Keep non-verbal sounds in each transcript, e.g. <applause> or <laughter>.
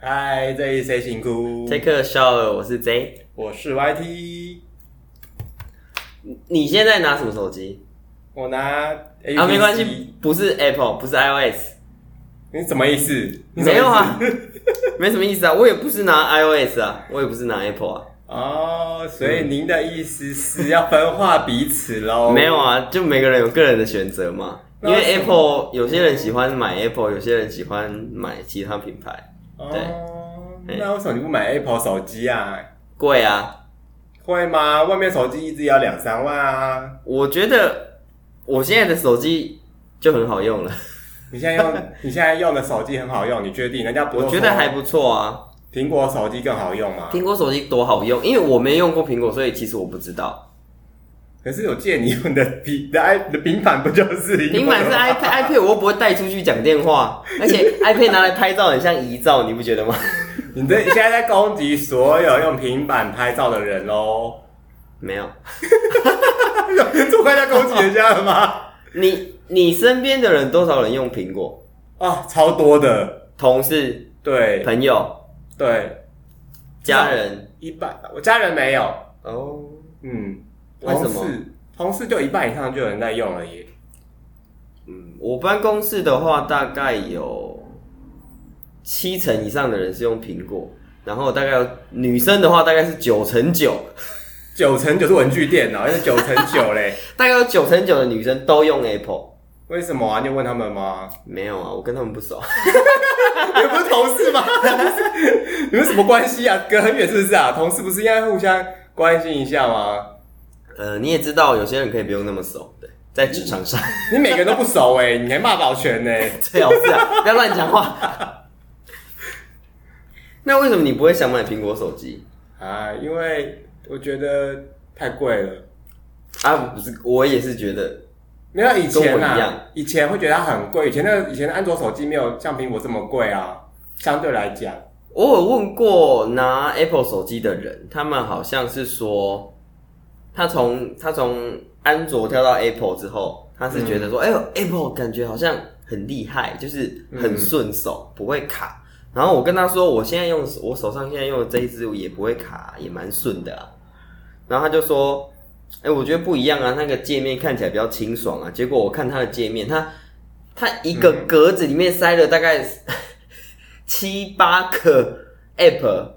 嗨，这一 C 辛苦，这课笑了，我是 J。我是 YT，你现在拿什么手机我拿 A 啊？没关系，，不是 Apple，不是 iOS，你什么意思？你什么意思没有啊，没什么意思啊。我也不是拿 iOS 啊，我也不是拿 Apple 啊， <laughs> 哦，所以您的意思是要分化彼此喽？ <laughs> 没有，啊，就每个人有个人的选择嘛。因为那什 Apple 有些人喜欢买 Apple，有些人喜欢买其他品牌，哦，对那为什么你不买 Apple 手机啊？贵啊。会吗？外面手机一只要两三万啊！我觉得我现在的手机就很好用了，你现在 <laughs> 用你现在用的手机很好用，你确定？人家不我都觉得说还不错啊。苹果手机更好用吗？苹果手机多好用，因为我没用过苹果，所以其实我不知道。可是我见你用的平的 i 的平板不就是平板 <laughs> 是 iPad，iPad 我又不会带出去讲电话，而且 <laughs> iPad 拿来拍照很像遗照，你不觉得吗？你这现在在攻击所有用平板拍照的人 <laughs> 喽？ <laughs> 没有，这么快在攻击人家了吗？ <laughs> 你你身边的人多少人用苹果？啊，超多的，同事、对朋友、对，家人一半。我家人没有，哦，嗯，为什同么事同事就一半以上就有人在用了耶。嗯，我办公室的话大概有七成以上的人是用苹果，然后大概有女生的话大概是九成九， <laughs> 九成九是文具店哦，那是九成九嘞。 <laughs> 大概有九成九的女生都用 Apple。为什么啊？你有问他们吗？ <laughs> 没有啊，我跟他们不熟。你们不是同事吗？ <laughs> 你们什么关系啊？隔很远是不是啊？同事不是应该互相关心一下吗？呃，你也知道，有些人可以不用那么熟，对，在职场上，你每个人都不熟哎、你还骂保全呢、 <laughs> 最好是啊，不要乱讲话。 <laughs> 那为什么你不会想买苹果手机啊，因为我觉得太贵了。啊？不是，我也是觉得，没有以前跟我一啊样，以前会觉得它很贵，以前那个以前的安卓手机没有像苹果这么贵啊，相对来讲，我有问过拿 Apple 手机的人，他们好像是说，他从他从安卓跳到 Apple 之后，他是觉得说，哎呦，Apple 感觉好像很厉害，就是很嗯顺手，不会卡。然后我跟他说，我现在用我手上现在用的这一支也不会卡，也蛮顺的、啊。然后他就说，哎，我觉得不一样啊，那个界面看起来比较清爽啊。结果我看它的界面，它它一个格子里面塞了大概 <laughs> 七八个 app，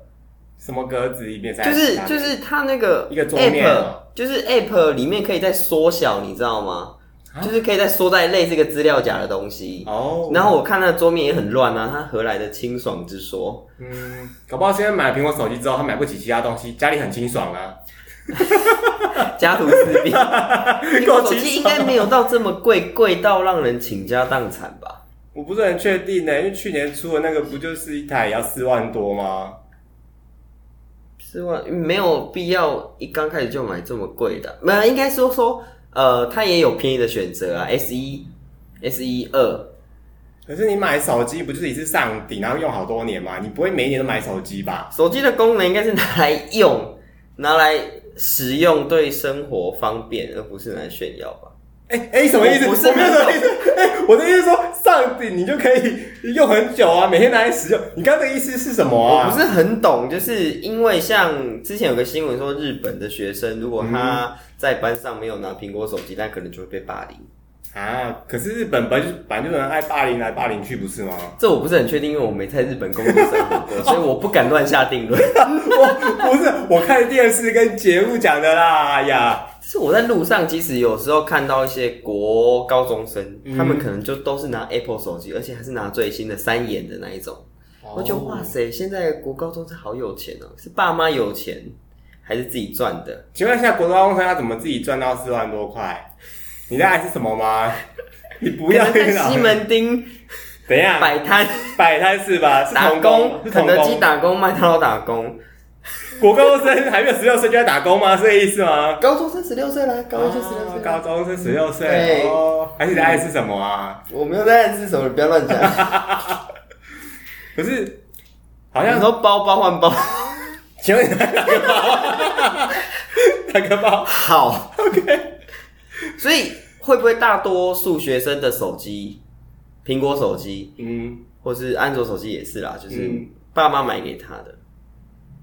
什么格子里面才就是就是它那个一个桌面啊 app，就是 app 里面可以再缩小，你知道吗？啊就是可以再缩在类似一个资料夹的东西。哦，然后我看那个桌面也很乱啊，它何来的清爽之说？嗯，搞不好现在买了苹果手机之后，他买不起其他东西，家里很清爽啊，家徒四 <laughs> 壁，苹果手够机清应爽该没有到这么贵，贵到让人倾家荡产吧？我不是很确定呢、因为去年出的那个不就是一台也要四万多吗？是万没有必要一刚开始就买这么贵的，没有应该说说呃，它也有便宜的选择啊，S 一 S 一二。可是你买手机不就是一次上顶，然后用好多年嘛？你不会每一年都买手机吧？手机的功能应该是拿来用，拿来使用，对生活方便，而不是拿来炫耀吧？哎、哎、什么意思？我不是我没有什么意思。哎、我的意思是说，上顶你就可以用很久啊，每 <laughs> 天拿来使用。你刚刚的意思是什么我不啊？是很懂，就是因为像之前有个新闻说，日本的学生如果嗯他在班上没有拿苹果手机，那可能就会被霸凌。啊，可是日本本来就本来就有人爱霸凌来霸凌去，不是吗？ <laughs> 这我不是很确定，因为我没在日本工作生活过，所以我不敢乱下定论。不是，我看电视跟节目讲的啦。哎呀，是我在路上，其实有时候看到一些国高中生，嗯他们可能就都是拿 Apple 手机，而且还是拿最新的三眼的那一种。哦我觉得哇塞，现在国高中生好有钱哦、是爸妈有钱，还是自己赚的？请问一下，国高中生要怎么自己赚到四万多块？你在爱是什么吗？ <laughs> 你不可要能在西，门町等一下，摆摊摆摊是吧？是打童工，工，是童肯德基工。打工，麦当劳打工。国高中生还没有十六岁就在打工吗？是这意思吗？高中生十六岁啦，高中生十六哦岁。高中生十六岁对哦，还是你的爱是什么啊？我没有在暗示什么，不要乱讲。 <laughs> 可是好你像，说包包换包，请问你哪个包？哪个包？ <laughs> 好，OK。所以会不会大多数学生的手机，苹果手机嗯或是安卓手机也是啦，就是嗯爸妈买给他的。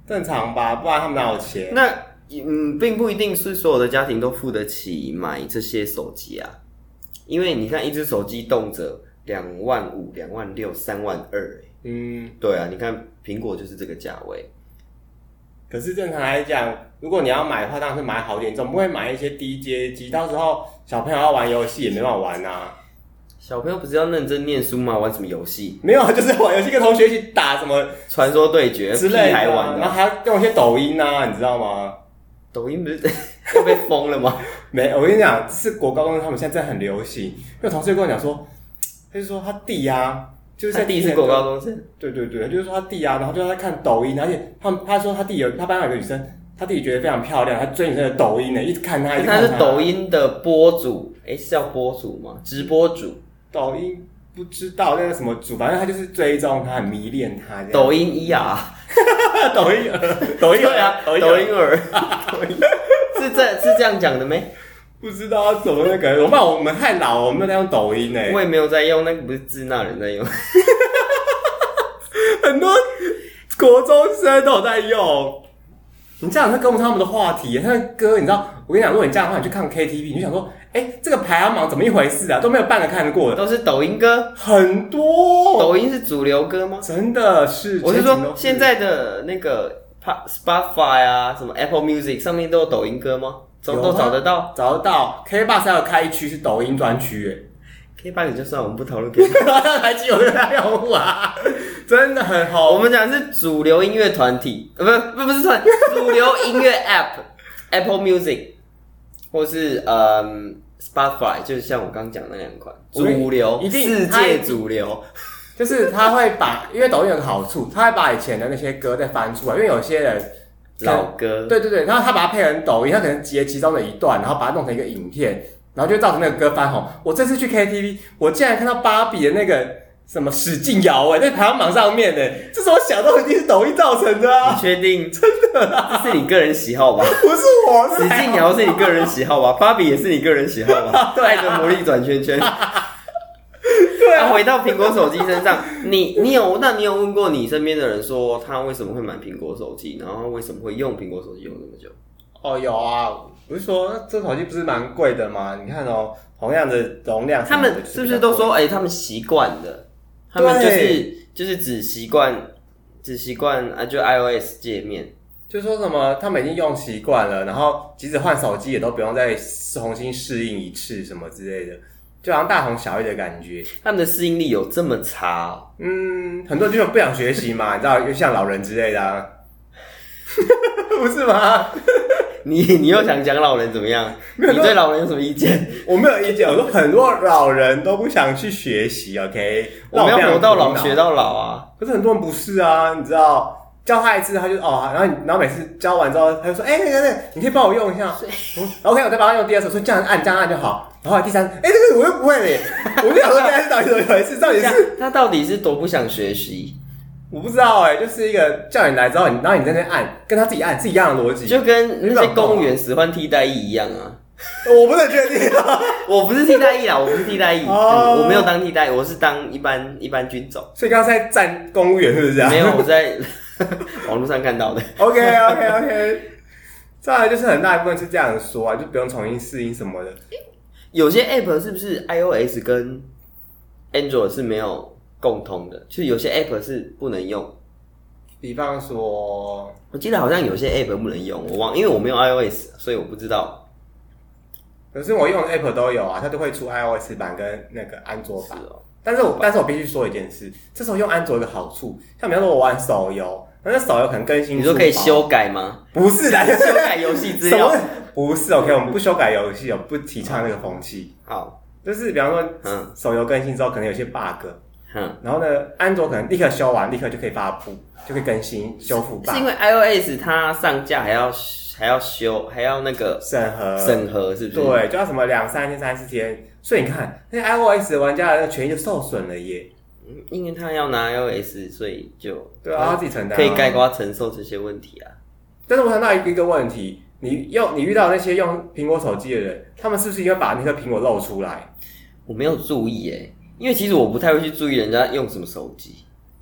正常吧，不然他们哪有钱？那嗯，并不一定是所有的家庭都付得起买这些手机啊，因为你看一只手机动辄两万五、两万六、三万二、欸嗯，对啊，你看苹果就是这个价位，可是正常来讲，如果你要买的话，当然是买好点，总不会买一些低阶机，到时候小朋友要玩游戏也没办法玩啊。小朋友不是要认真念书吗？玩什么游戏？没有，啊就是玩游戏跟同学一起打什么传说对决之类屁的孩啊，玩然后的，还要用一些抖音啊，你知道吗？抖音不是 <laughs> 要被封了吗？没，我跟你讲，是国高中他们现在真的很流行。有同事跟我讲说，他就说他弟啊， <laughs> 就是在他第一次国高中生，对对对，就是说他弟啊，然后就在看抖音，而且他们他说他弟有他班上有个女生，他弟觉得非常漂亮，他追女生的抖音呢，一直看她，一直他看是她抖音的播主，哎、是叫播主吗？直播主，抖音不知道那个什么主，反正他就是追踪他，很迷恋他这样。抖音一啊， <laughs> 抖音抖音 <laughs> 对啊，抖音儿，抖音 <laughs> 是这是这样讲的没？不知道怎么那个，我怕我们太老了，我们在用抖音呢，我也没有在用，那个不是支那人在用。很多国中生都有在用。你这样他跟不上他们的话题，他的歌你知道？我跟你讲，如果你这样的话，你去看 KTV，你就想说，哎、这个排行榜怎么一回事啊？都没有半个看过的，都是抖音歌，很多。抖音是主流歌吗？真的是， <laughs> 我是全说都现在的那个 Pa- Spotify 啊，什么 Apple Music 上面都有抖音歌吗？找有啊都找得到。找得到 K Bus 还有开一区是抖音专区， K 八你就算，我们不讨论 K 八。哎， <laughs> 还有人在用啊，真的很好。 <laughs> 我们讲的是主流音乐团体，呃，不不不是团， <laughs> 主流音乐 App，Apple Music，或是嗯 Spotify，就是像我刚刚讲的那两款我跟你主流，一定世它一界定主流。就是他会把，因为抖音有个好处，他会把以前的那些歌再翻出来，因为有些人老歌，对对对，然后他把它配成抖音，他可能截其中的一段，然后把它弄成一个影片，然后就造成那个歌翻红。我这次去 KTV，我竟然看到芭比的那个什么使劲摇哎，在排行榜上面呢，这是我想到一定是抖音造成的你啊， <laughs> 确定？真的，这是你个人喜好吧？不是我，哎是使劲摇是你个人喜好吧？芭比也是你个人喜好吧？ <laughs> 对啊带着魔力转圈圈。 <laughs> 对那啊，回到苹果手机身上，你你有那你有问过你身边的人说他为什么会买苹果手机，然后为什么会用苹果手机用那么久？哦，有啊，我是说这手机不是蛮贵的吗？你看哦，同样的容量，他们是不是都说哎、他们习惯的，他们就是就是只习惯只习惯啊，就 iOS 界面。就说什么他们已经用习惯了，然后即使换手机也都不用再重新适应一次什么之类的，就好像大同小异的感觉。他们的适应力有这么差、哦？嗯，很多人就不想学习 <laughs> 嘛，你知道，又像老人之类的、啊， <laughs> 不是吗？你你又想讲老人怎么样？你没有对老人有什么意见？我没有意见，我说很多老人都不想去学习，OK？我们要活到老学到，到老啊！可是很多人不是啊，你知道，教他一次他就哦，然后你然后每次教完之后他就说，哎、那个那个，你可以帮我用一下，嗯，OK，我再帮他用第二次，我说这样按这样按就好，然后第三，哎、这个我又不会嘞，我就想说，该是到底怎么回事？到底这样是他到底是多不想学习？我不知道哎、就是一个叫你来之后，你然后你在那边按，跟他自己按是一样的逻辑，就跟那些公务员使唤替代役一样啊！我不能确定。啊我不是替代役啦，我不是替代役，哦嗯我没有当替代役，我是当一般一般军种。所以刚才在站公务员是不是、啊？没有，我在 <laughs> 网络上看到的。 OK OK OK。再来就是很大一部分是这样说啊，就不用重新适应什么的。有些 app 是不是 iOS 跟 Android 是没有共通的？就是有些 app 是不能用。比方说，我记得好像有些 app 不能用，我忘，因为我没有 iOS，所以我不知道。可是我用的 App 都有啊，它都会出 iOS 版跟那个安卓是版。哦，但是我但是我必须说一件事，这时候用安卓有个好处，像比方说我玩手游，那手游可能更新，你说可以？修改吗？不是的，修改游戏 <laughs> 资什么料。？不是 OK，我们不修改游戏，我们不提倡那个风气。好，就是比方说嗯，手游更新之后可能有些 bug，嗯。然后呢，安卓可能立刻修完，立刻就可以发布，就可以更新修复是版因为 iOS 它上架还要还要修，还要那个审核。审核，是不是？，呃对，就要什么两三天、三四天，所以你看，那 iOS 玩家的权益就受损了耶。因为它要拿 iOS，所以就对啊，他自己承担、可以盖。瓜承受这些问题啊。但是我想到一个问题，你用你遇到那些用苹果手机的人，他们是不是应该把那个苹果露出来？我没有注意诶、因为其实我不太会去注意人家用什么手机，因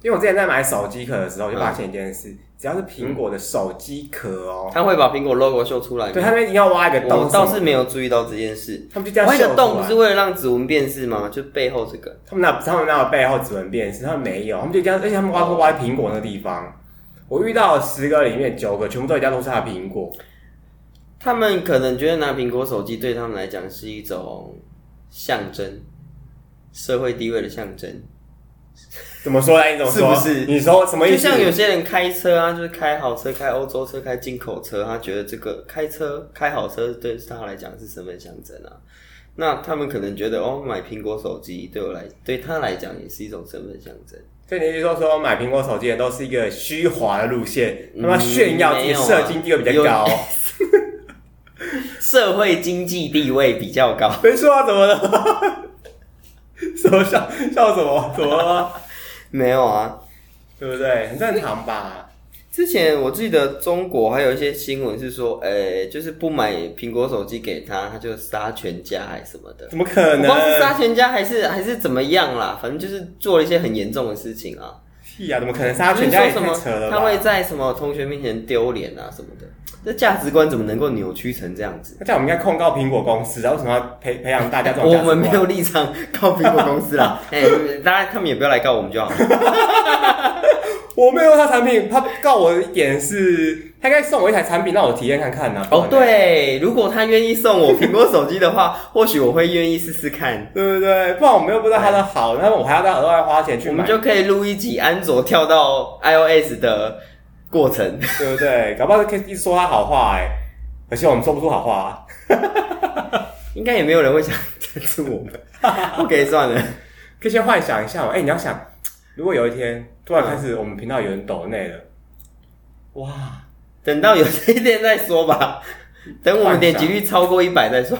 因为我之前在买手机壳的时候，我就发现一件事，嗯只要是苹果的手机壳哦，他会把苹果 logo 秀出来吗对，他那边一定要挖一个嗯我洞，倒是没有注意到这件事。他们就这样挖一秀个洞出不来是为了让指纹辨识吗？就背后这个，他们那他们那有背后指纹辨识，他们没有，他们就这样，而且他们挖坑挖在苹果那个地方。我遇到的十个里面九个，全部都一家都是他的苹果，他们可能觉得拿苹果手机对他们来讲是一种象征，社会地位的象征。怎么说呢？你怎么说？是不是你说什么意就思？像有些人开车啊，就是开豪车、开欧洲车、开进口车，他觉得这个开车、开好车对他来讲是身份象征啊。那他们可能觉得哦，买苹果手机对我来，对他来讲也是一种身份象征。所以你就说说买苹果手机的都是一个虚华的路线，嗯他妈炫耀自己没有啊社经地位比较高，社会经济地位比较高， <laughs> 没错啊，怎么了？ <laughs> 什么笑笑什么？怎么了？没有啊？对不对？很正常吧？之前我记得中国还有一些新闻是说，呃、就是不买苹果手机给他，他就杀全家还是什么的。怎么可我不知道是能？杀全家还是还是怎么样啦，反正就是做了一些很严重的事情啊。屁啊！怎么可能杀就是全家说也什太么扯了吧？他会在什么同学面前丢脸啊什么的，这价值观怎么能够扭曲成这样子？那这样我们应该控告苹果公司啊，为什么要培培养大家这种价我值们观？没有立场告苹果公 <laughs> 司啦，哎、当然他们也不要来告我们就好。我没有用他产品，他告我的一点是，他应该送我一台产品让我体验看看呐、哦，，对，如果他愿意送我苹果手机的话， <laughs> 或许我会愿意试试看。对不对？不然我们又不知道他的好，然后我还要在额外花钱去我买们，就可以录一集安卓跳到 iOS 的过程。对不对？搞不好可以一直说他好话哎、可惜我们说不出好话、啊。应该也没有人会想 <laughs> 赞助我 <laughs> 们。OK，算了。可以先幻想一下嘛，哎、你要想，如果有一天突然开始我们频道有人抖内了，哇，等到有这一天再 <laughs> 说吧。等我们点击率超过一百再说。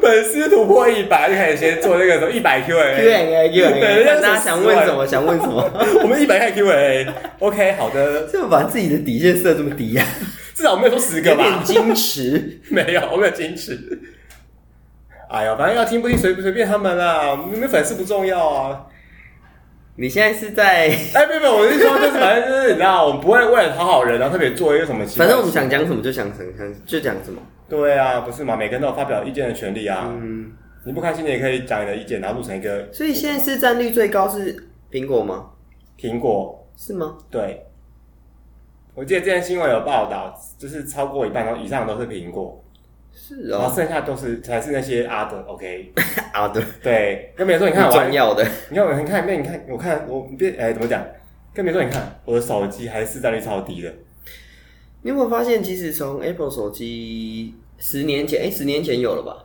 粉丝突破一百就开始先做那个什么一百 Q&A， Q&A Q&A，哎对看大家想问什么，想问什么， <laughs> 我们一百开 Q&A，OK，、好的，就把自己的底线设这么 <laughs> 低呀、啊至少我没有说十有个吧，点矜持。 <laughs> 没有，我没有矜持。哎呀，反正要听不听随随便他们啦，你们粉丝不重要啊。你现在是 <laughs> 在，哎，没有没有，我是说，就是反正就是你知道，我们不会为了讨好人，然后特别做一个什么奇怪反的事。正我们想讲什么就想想想就讲什么。对啊，不是嘛？每个人都有发表意见的权利啊。嗯，你不开心，你也可以讲你的意见，然后录成一个所以现在市占率最高是苹果吗？苹果。是吗？对，我记得之前新闻有报道，就是超过一半然后以上都是苹果，是然后哦，剩下都是才是那些阿的。OK，啊对，对，跟别人说你看很我玩重要的。你看，我你看，那你看，我看我变哎、怎么讲？跟别说，你看我的手机还是市占率超低的，你有没有发现，其实从 Apple 手机十年前，哎、十年前有了吧？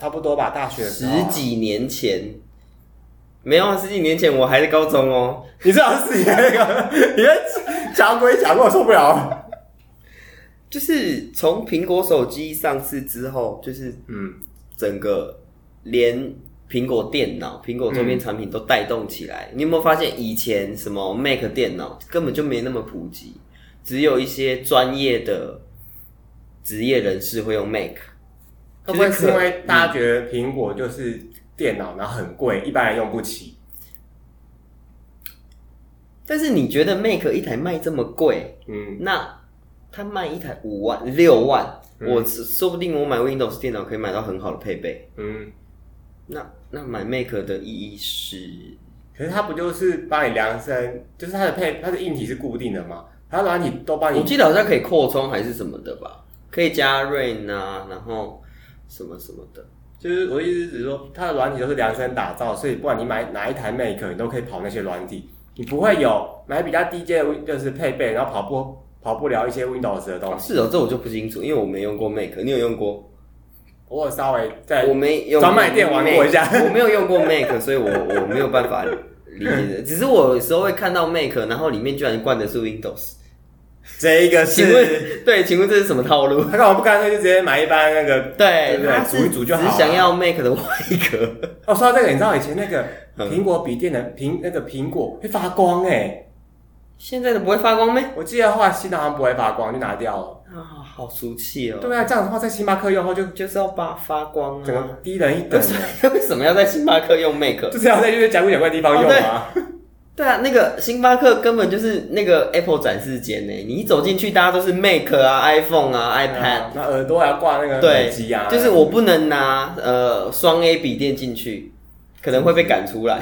差不多吧，大学的时十候啊几年前，没有啊，十几年前我还在高中哦。你知道是你那个，你在讲鬼讲过，我受不了了。就是从苹果手机上市之后，就是嗯，整个连苹果电脑、苹果周边产品都带动起来。你有没有发现，以前什么 Mac 电脑根本就没那么普及，只有一些专业的职业人士会用 Mac。会不会是因就是为大家觉得苹果就是电脑，然后很贵，一般人用不起？但是你觉得 Mac 一台卖这么贵，嗯，那他卖一台五万、六万，嗯我说不定我买 Windows 电脑可以买到很好的配备。嗯，那那买 Mac 的意义是，可是它不就是帮你量身，就是它的配，它的硬体是固定的嘛，它的软体都帮哎我你。记得好像可以扩充还是什么的吧，可以加 Rain 啊，然后什么什么的。就是我的意思是说，它的软体都是量身打造，所以不管你买哪一台 Mac，你都可以跑那些软体，你不会有买比较低阶的就是配备，然后跑不跑不了一些 Windows 的东哦西。是哦，这我就不清楚，因为我没用过 Mac，你有用过？哎我有稍微在我没用过 Mac。专卖店玩过一下 <laughs> 我没有用过 Mac，所以我我没有办法理解的。只是我有时候会看到 Mac，然后里面居然灌的是 Windows。这一个请是，问，对，请问这是什么套路？他干嘛不干脆就直接买一般那个？对对不，对他是煮一煮就好啊只想要 Mac 的外壳，哦，说到这个，你知道以前那个嗯苹果笔电的苹那个苹果会发光哎、现在的不会发光咩？我记得后来新的好像不会发光，就拿掉了。啊，好俗气哦！对啊，这样的话在星巴克用后就就是要发发光整个啊！低人一等 <laughs> 为，什啊么为什么要在星巴克用 Make？就是要在就是讲古讲怪的地方用啊。哦对啊，那个星巴克根本就是那个 Apple 展示间呢，你一走进去，大家都是 Make 啊、iPhone 啊、iPad，、那耳朵还要挂那个耳对机啊，就是我不能拿呃双 A 笔电进去，可能会被赶出来。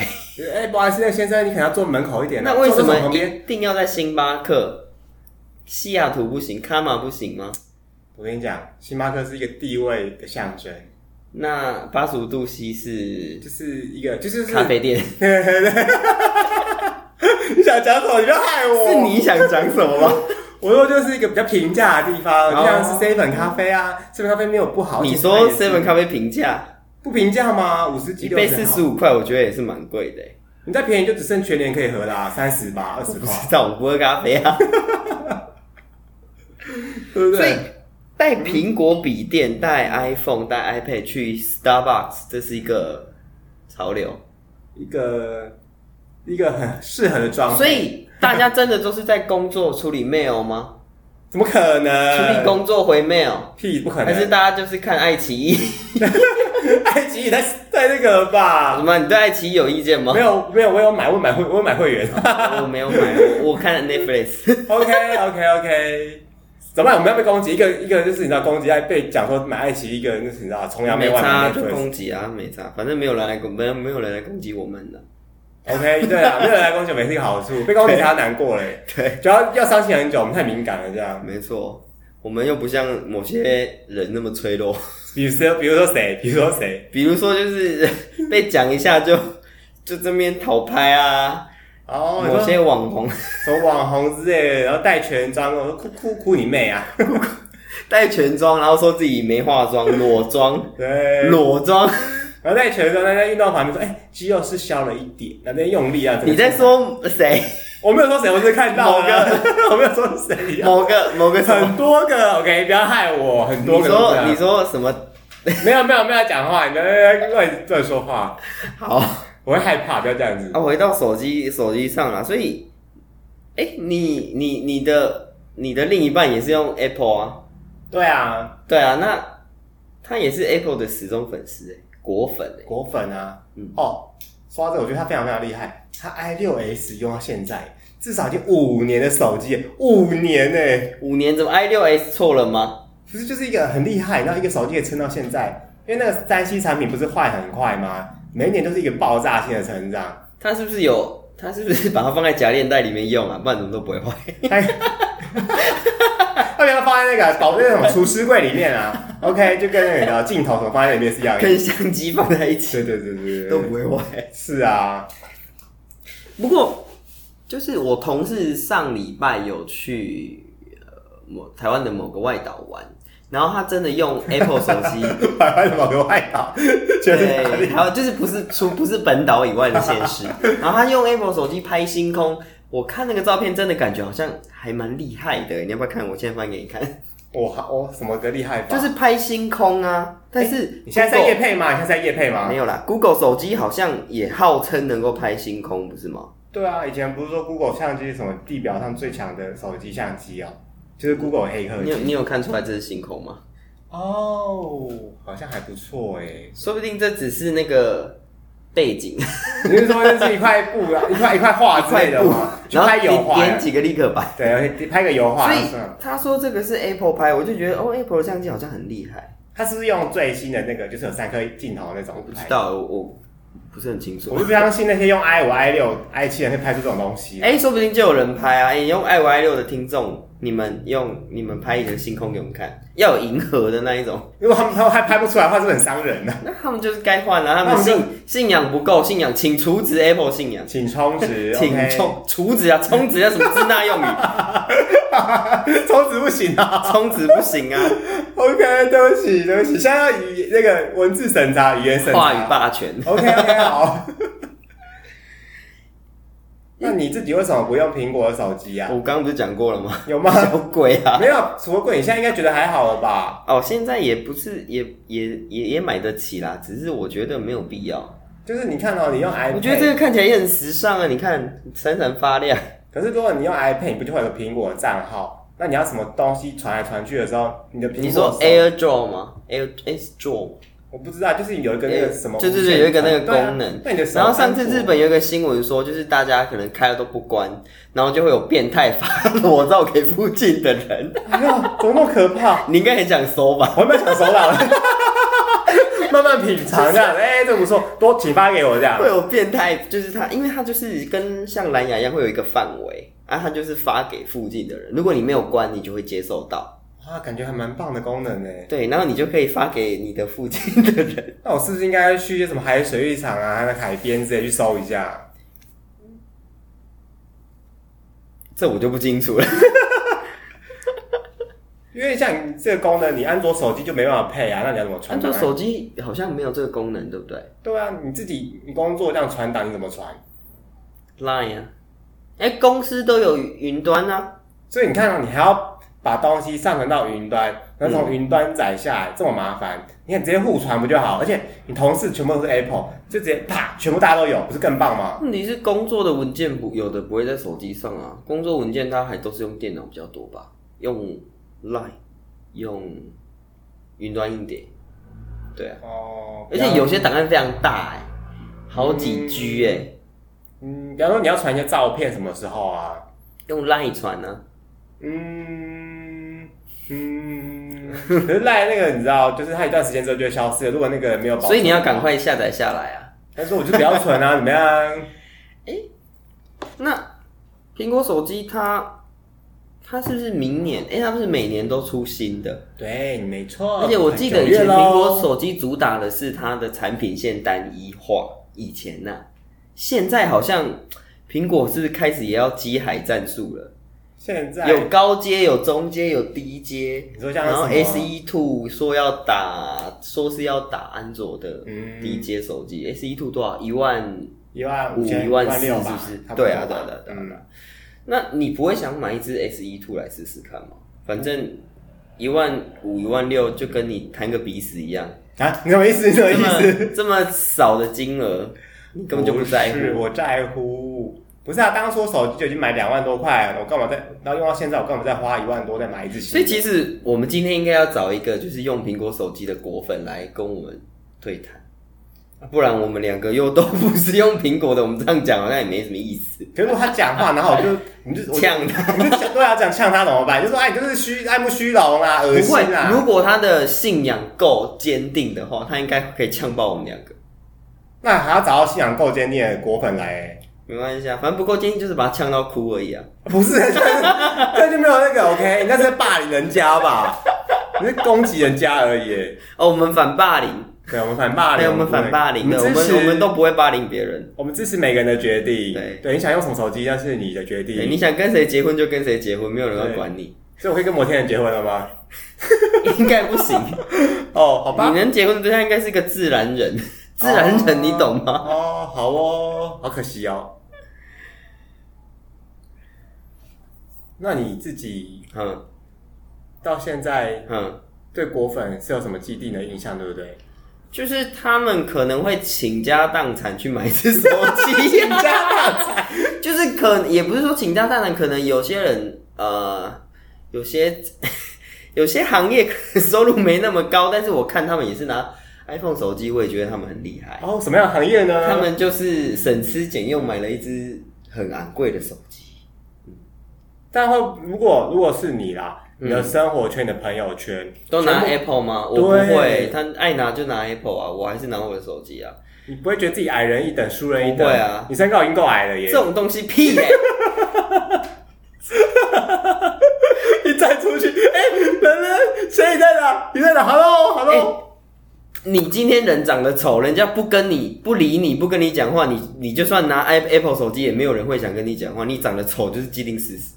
哎，不好意思，那个先生，你可能要坐门口一点啊。那为什坐厕么所旁边？一定要在星巴克？西雅图不行，卡玛不行吗？我跟你讲，星巴克是一个地位的象征，那八十五度 C 是就是一个就是咖 <laughs> 啡店，你想讲什么？你不要害我。是你想讲什么吗？我说就是一个比较平价的地方，哦就像是 seven 咖啡啊，seven 咖啡没有不 <laughs> 好。你说而且它也是 Seven 咖啡平价不平价吗？五十几一杯60四好十五块，我觉得也是蛮贵的欸。你再便宜就只剩全年可以喝啦，三十吧，二十不块，知道我不喝咖啡啊， <laughs> 对不所以对？带苹果笔电、带 iPhone、带 iPad 去 Starbucks，这是一个潮流。一个一个很适合的装所备，以大家真的都是在工作处理 mail 吗？怎么可处能？理工作回 mail，屁呃不可还是能！大家就是看爱奇艺？ <laughs> <laughs> 爱奇艺太太那个了什吧？么？你对爱奇艺有意见吗没？有没有，我有买，我有买会我有买会员。 <laughs> <laughs> 我没有买，我我看 Netflix。 OK OK OK，怎么办？我们要被攻击？一个一个就是你知道攻击，爱被讲说买爱奇艺，一个人就是你知道崇洋媚没外差买就 Netflix。攻击啊，没差，反正没有人来攻，没有没有人来攻击我们的。 OK，对啊，没有人来攻击我们也是一个好处，被攻击他难过嘞， <laughs> 对，主要要伤心很久，我们太敏感了这样。没错，我们又不像某些人那么脆弱， <laughs> 比如说，比如说谁？比如说谁？比如说就是 <laughs> 被讲一下就就这边讨拍啊，哦，你某说些网红 <laughs> 什么网红之类的，然后带全妆，我说哭哭哭你妹啊！带全妆，然后说自己没化妆，裸妆，对，裸 <laughs> 妆。然后带全妆，在运动旁边说，哎、肌肉是消了一点，那边用力啊。怎么你在？说谁？我没有说谁，我只是看到某了， <laughs> 我没有说谁、啊，某个某个什么？ <laughs> 很多个，OK，不要害我，很你多个都这说样。你说什么？没有没有没有讲话，你在乱乱说话，好。我会害怕，不要这样子。啊，回到手机手机上啊啦，所以，哎、你你你的你的另一半也是用 Apple 啊？对啊，对啊，那他也是 Apple 的死忠粉丝、欸，果粉、欸，果粉啊，嗯哦，说到这个，我觉得他非常非常厉害，他 i 六 S 用到现在，至少已经五年的手机了，五年呢、五年怎么 i 六 s 错了吗？不是就是一个很厉害，然后一个手机也撑到现在，因为那个三 C 产品不是坏很快吗？每一年都是一个爆炸性的成长，他是不是有？他是不是把它放在夹链袋里面用啊？不然怎么都不会坏。他他不要放在那个保那种厨师柜里面 <laughs> 啊，OK，就跟那个你知道镜头什么放在里面是一样的，跟相机放在一起对对对对都对不对，会坏。是啊， <laughs> 不过，就是我同事上礼拜有去呃某台湾的某个外岛玩，然后他真的用 Apple 手机台湾的某个外岛， <laughs> 觉得哪对，里？还有就是不是除不是本岛以外的县 <laughs> 市，然后他用 Apple 手机拍星空，我看那个照片，真的感觉好像还蛮厉害的。你要不要看？我现在翻给你看，我我哦什么个厉害法？就是拍星空啊。但是你现在在夜 Google- 嗯配吗？你现在在夜配吗没？有啦，Google 手机好像也号称能够拍星空，不是吗？对啊，以前不是说 Google 相机是什么地表上最强的手机相机哦，呃就是 Google 黑客你有你有看出来这是星空吗？哦，好像还不错 <laughs> 哎。说不定这只是那个背景，你是说这是一块布啊，一块一块画之类的吗？去然后拍油点画呀点，几个立刻白。对，而且拍个油画啊所。以是吗他说这个是 Apple 拍，我就觉得哦，Apple 的相机好像很厉害。它是不是用最新的那个，就是有三颗镜头那种？我不知。道，我我不是很清楚我。就不相信那些用 i 五、i 六、i 七的人会拍出这种东西。哎、说不定就有人拍啊！哎你用 i y 六的听众，你们用你们拍一个星空给我们看，要有银河的那一种。如果他们他们还拍不出来的话，是不是很伤人呢、那他们就是该换了，啊他那我们们信信仰不够，信仰请除职 Apple 信仰，请充 <laughs> 值，请 o 充除职啊，充值啊，什么支那用语， <laughs> k 充值不行啊。充值不行 <laughs> 啊， OK，对不起，对不起，现在要语那个文字审查、语言审查。话语霸 <laughs> 权。 OK OK <laughs> 好。那你自己为什么不用苹果手机啊？我刚刚不是讲过了吗？有吗？小鬼啊！没有，除了贵，你现在应该觉得还好了吧？哦，现在也不是，也也也也买得起啦，只是我觉得没有必要。就是你看哦，你用 iPad，我觉得这个看起来也很时尚啊，你看闪闪发亮。可是如果你用 iPad，你不就会有个苹果账号？那你要什么东西传来传去的时候，你的苹果你说手 AirDrop 吗？Air 哎 AirDrop，我不知道，就是有一个那个什么无对线传，对对，有一个那个对啊功能。那你的手然后上次安卓日本有一个新闻说，就是大家可能开了都不关，然后就会有变态发裸照给附近的人。哎呦，怎么那么可怕？你应该很想搜 <laughs> 吧？我有没有抢手了？慢慢品尝这样， <laughs> 哎、这不错，多启发给我这样会。有变态，就是他，因为他就是跟像蓝牙一样会有一个范围啊，他就是发给附近的人。如果你没有关，你就会接收到。哇，感觉还蛮棒的功能呢。对，然后你就可以发给你的附近的人。那我是不是应该去一些什么海水浴场啊、海边之类去搜一下？这我就不清楚了。因为像你这个功能，你安卓手机就没办法配啊，那你要怎么传安档卓啊？手机好像没有这个功能，对不对对啊，你自己你工作这样传档，你怎么传？ ？Line 啊，哎、公司都有云端啊。所以你看、啊，你还要把东西上传到云端，然后从云端载下来，这么麻烦，你看直接互传不就好？而且你同事全部都是 Apple，就直接啪，全部大家都有，不是更棒吗？问题是工作的文件不有的不会在手机上啊，工作文件它还都是用电脑比较多吧，用 Line，用云端硬碟，对啊。哦，而且有些档案非常大哎、好几 G 哎、嗯，比方说你要传一些照片，什么时候啊？用 Line 传啊呢、嗯嗯，可是赖那个你知道，就是它一段时间之后就会消失了。如果那个没有保，所以你要赶。快下载下来啊。他说我就不要存啊，怎么样？那苹果手机它它是不是明年？哎、它不是每年都出新的？对，你没错。而且我记得九以月前咯苹果手机主打的是它的产品线单一化，以前呐、现在好像苹果是不是开始也要机海战术了？现在有高阶，有中阶，有低阶。你说像然后什么 S E Two 说要打，说是要打安卓的嗯低阶手机。S E Two 多少？一万一万五、千、一万四，六是吧不是？？差不多对啊，吧对啊，对啊，对啊。对嗯啊那你不会想买一只 S E Two 来试试看吗？反正一万五、一万六就跟你弹个鼻屎一样，啊，你什么意思？你什么这意思？么这么少的金额，你根本就不在是乎。我在乎。不是啊，当初手机就已经买两万多块了，我干嘛再？然后用到现在，我干嘛再花一万多再买一只新的？所以其实我们今天应该要找一个就是用苹果手机的果粉来跟我们对谈，啊不然我们两个又都不是用苹果的，我们这样讲好像也没什么意思。可是如果他讲话，然后我 <laughs> 就你就我就呛他你就想对啊，讲呛他怎么办？就说哎，你就是虚爱慕虚荣啊，恶不心会，如啊。果他的信仰够坚定的话，他应该可以呛爆我们两个。那还要找到信仰够坚定的果粉来、欸，没关系啊，反正不够坚定就是把他呛到哭而已啊。不是？ <laughs> 这这就没有那个 OK，你那是在霸凌人家吧？你是攻击人家而已、欸。哦，我们反霸凌，哎对，我们反霸凌，对，我们反霸凌的，我们不会们我们都不会霸凌别人。我们支持每个人的决定。对你想用什么手机，那是你的决对，定。哎你想跟谁结婚就跟谁结婚，没有人会管你， <laughs> 所以我可以跟摩天人结婚了吗？应该不行。哦，好吧你。能结婚的对象应该是个自然人，自然人你懂吗？哦，好哦，好可惜哦。那你自己嗯到现在嗯，对果粉是有什么既定的印象，对不对？就是他们可能会倾家荡产去买一只手 <laughs> 机、倾家荡产，就是可也不是说倾家荡产，可能有些人呃，有些 <laughs> 有些行业可能收入没那么高，但是我看他们也是拿 iPhone 手机，我也觉得他们很厉害，哦，什么样的行业呢？他们就是省吃俭用买了一只很昂贵的手机。但会如果如果是你啦，嗯你的生活圈、你的朋友圈都全拿部 Apple 吗？我对不会，他爱拿就拿 Apple 啊，我还是拿我的手机啊。你不会觉得自己矮人一等、输人一等？不会啊你身高已经够矮了耶这！种东西屁耶、 <laughs> 一站出去，哎、人呢？谁你在哪？你在哪？Hello，Hello，、你今天人长得丑，人家不跟你不理你不跟你讲话，你你就算拿 i Apple 手机，也没有人会想跟你讲话。你长得丑就是既 <laughs> 定事实。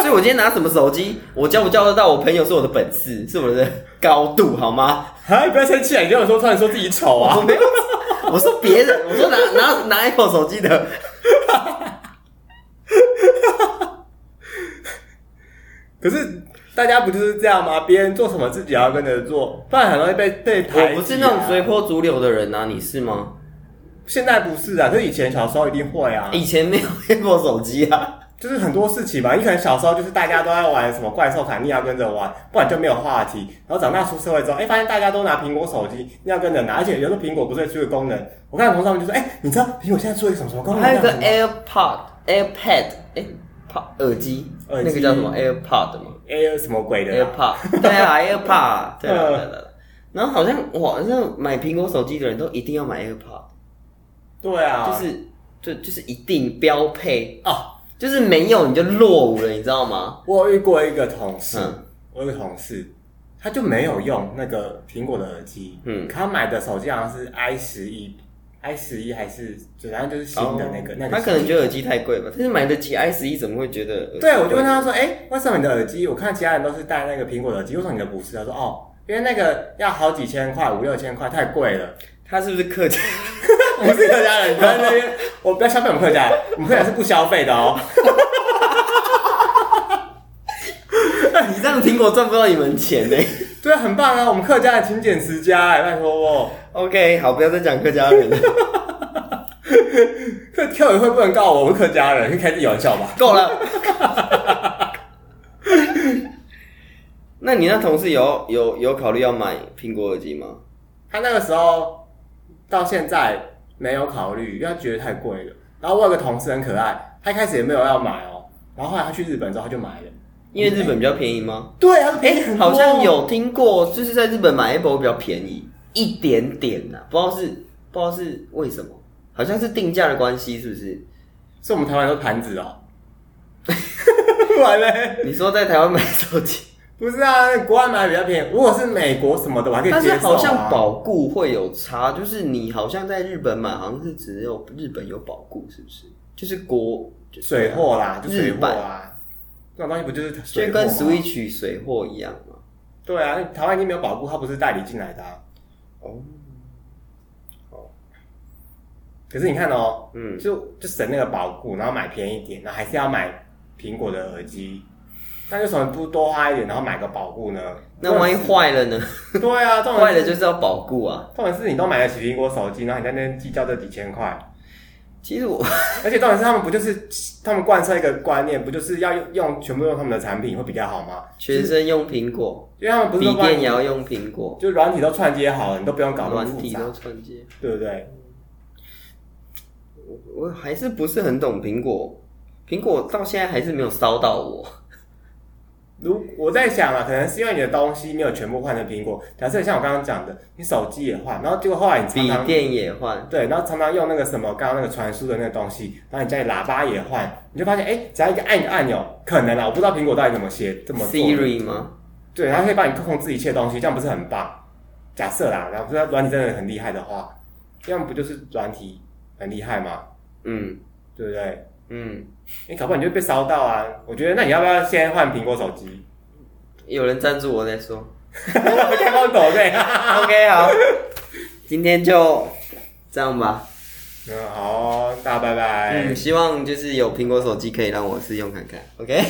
所以我今天拿什么手机，我交不交得到我朋友是我的本事，是我的高度，好 <laughs> 吗？啊，你不要生气啊！你跟我说，突然说自己丑啊哎我？没有，我说别人，我说拿拿拿 Apple 手机的，可是大家不就是这样吗？别人做什么，自己也要跟着做，不然很容易被被排、啊我不是那种随。波逐流的人啊，你是吗？现在不是啊，可是以前小时候一定会啊。以前没有 Apple 手机啊，就是很多事情吧，你可能小时候就是大家都在玩什么怪兽卡，你也要跟着玩，不然就没有话题。然后长大出社会之后，哎、发现大家都拿苹果手机，你要跟着拿，而且有时候苹果不是会出一个功能，我看同事他们就说，哎、你知道苹果现在出了一个什么什么功能？还有一个这样子 AirPod、AirPad，哎、pod 耳机，耳机那个叫什么 AirPod 吗 Air 什么鬼的啊、嗯？AirPod，<laughs> 对啊，AirPod，对啊，对啊对啊。然后好像我好像买苹果手机的人都一定要买 AirPod，对啊，哎就是就就是一定标配，哦，就是没有你就落伍了，你知道吗？我有遇过一个同事，嗯我有一个同事，他就没有用那个苹果的耳机，嗯他买的手机好像是 i 十一，i 十一还是就反正就是新的那个、那个手机，哦他可能觉得耳机太贵吧，但是买得起 i 十一，怎么会觉得耳机贵？对，我就问他说：“哎、为什么你的耳机？我看其他人都是戴那个苹果的耳机，为什么你的不是？”他说：“哦，因为那个要好几千块，五六千块，太贵了。 <laughs> 他是不是客家？ <laughs> 不是客家人，你不要在那边，我不要消费我们客家人，我们客家人是不消费的哦。 <laughs> 你这样苹果赚不到你们钱呢、对啊，很棒啊，我们客家人勤俭持家、哎，拜托哦。 OK，好，不要再讲客家人了，客客委会不能告我，我是客家人，可以开自己玩笑吧？够了。 <laughs> 那你那同事有有有考虑要买苹果耳机吗？他那个时候到现在没有考虑，因为他觉得太贵了。然后我有个同事很可爱，他一开始也没有要买哦，然后后来他去日本之后他就买了。因为日本比较便宜吗？欸对，他哎便宜很多好像有听过，就是在日本买 Apple 比较便宜一点点呐、啊不知道是不知道是为什么，好像是定价的关系，是不是？是我们台湾都盘子哦， <laughs> 不然嘞，你说在台湾买手机，不是啊，国外买比较便宜。如果是美国什么的，我还可以 <laughs> 但接受、是啊。好像保固会有差，就是你好像在日本买，好像是只有日本有保固，是不是？就是国就水货啦，就水日货版啊，这种东西不就是就水货跟吗 Switch 水货一样嘛。对啊，台湾已经没有保护，它不是代理进来的、啊。哦，可是你看哦，嗯，就就省那个保护，然后买便宜一点，然后还是要买苹果的耳机。那为什么不多花一点，然后买个保护呢？那万一坏了呢？对啊，重坏点了是就是要保固啊。重点是你都买得起苹果手机，然后你在那边计较这几千块，其实我而且重点是他们不就是他们贯彻一个观念，不就是要用用全部用他们的产品会比较好吗？学生用苹果，因为他们不是笔都把电也要用苹果，就软体都串接好了，你都不用搞那么软复体杂都，串接。对不对？我我还是不是很懂苹果，苹果到现在还是没有烧到我。如我在想啊，可能是因为你的东西没有全部换成苹果。假设像我刚刚讲的，你手机也换，然后结果后来你常笔常电也换，对，然后常常用那个什么刚刚那个传输的那个东西，然后你家里喇叭也换，你就发现哎，只要一个按一个按钮，可能啊，我不知道苹果到底怎么写这么做。 Siri 吗？对，然后可以帮你控制一切东西，这样不是很棒？假设啦，然后不知道软体真的很厉害的话，这样不就是软体很厉害吗？嗯对不对？嗯，你搞不好你就被烧到啊！我觉得，那你要不要先换苹果手机？ <laughs> 有人赞助我再说。开放抖对啊？ OK，好，今天就这样吧。嗯，好哦，大家拜拜嗯，。希望就是有苹果手机可以让我试用看看。OK，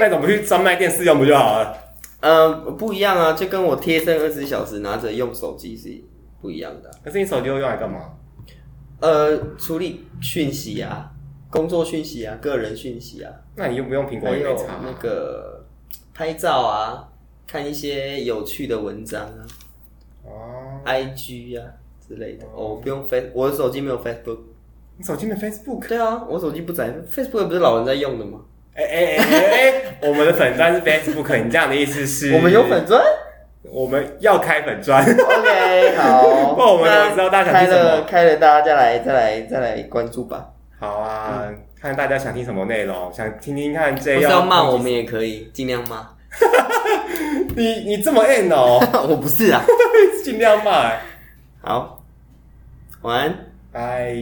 那怎么去专卖店试用不就好了？呃，不一样啊，就跟我贴身二十小时拿着用手机是不一样的啊、可是你手机又用来干嘛？呃，处理讯息啊，工作讯息啊，个人讯息啊，那你用不用苹果还也有没差啊。那个拍照啊，看一些有趣的文章啊哦， ，IG 啊之类的。哦哦，不用 Face，我的手机没有 Facebook。你手机没 Facebook？对啊，我手机不载 Facebook 不是老人在用的吗？哎哎哎哎哎，我们的粉砖是 Facebook，你这样的意思是？我们有 <laughs> 粉砖。我们要开粉砖。 OK，好。不然我们怎么知道大家想开听什么了开了，大家再来再来再来关注吧。好啊，看大家想听什么内容，想听听看嗯不这是要骂我们也可以，尽量骂。你你这么 N 哦， <laughs> <laughs> 我不是啊。尽量骂。好，晚安。拜。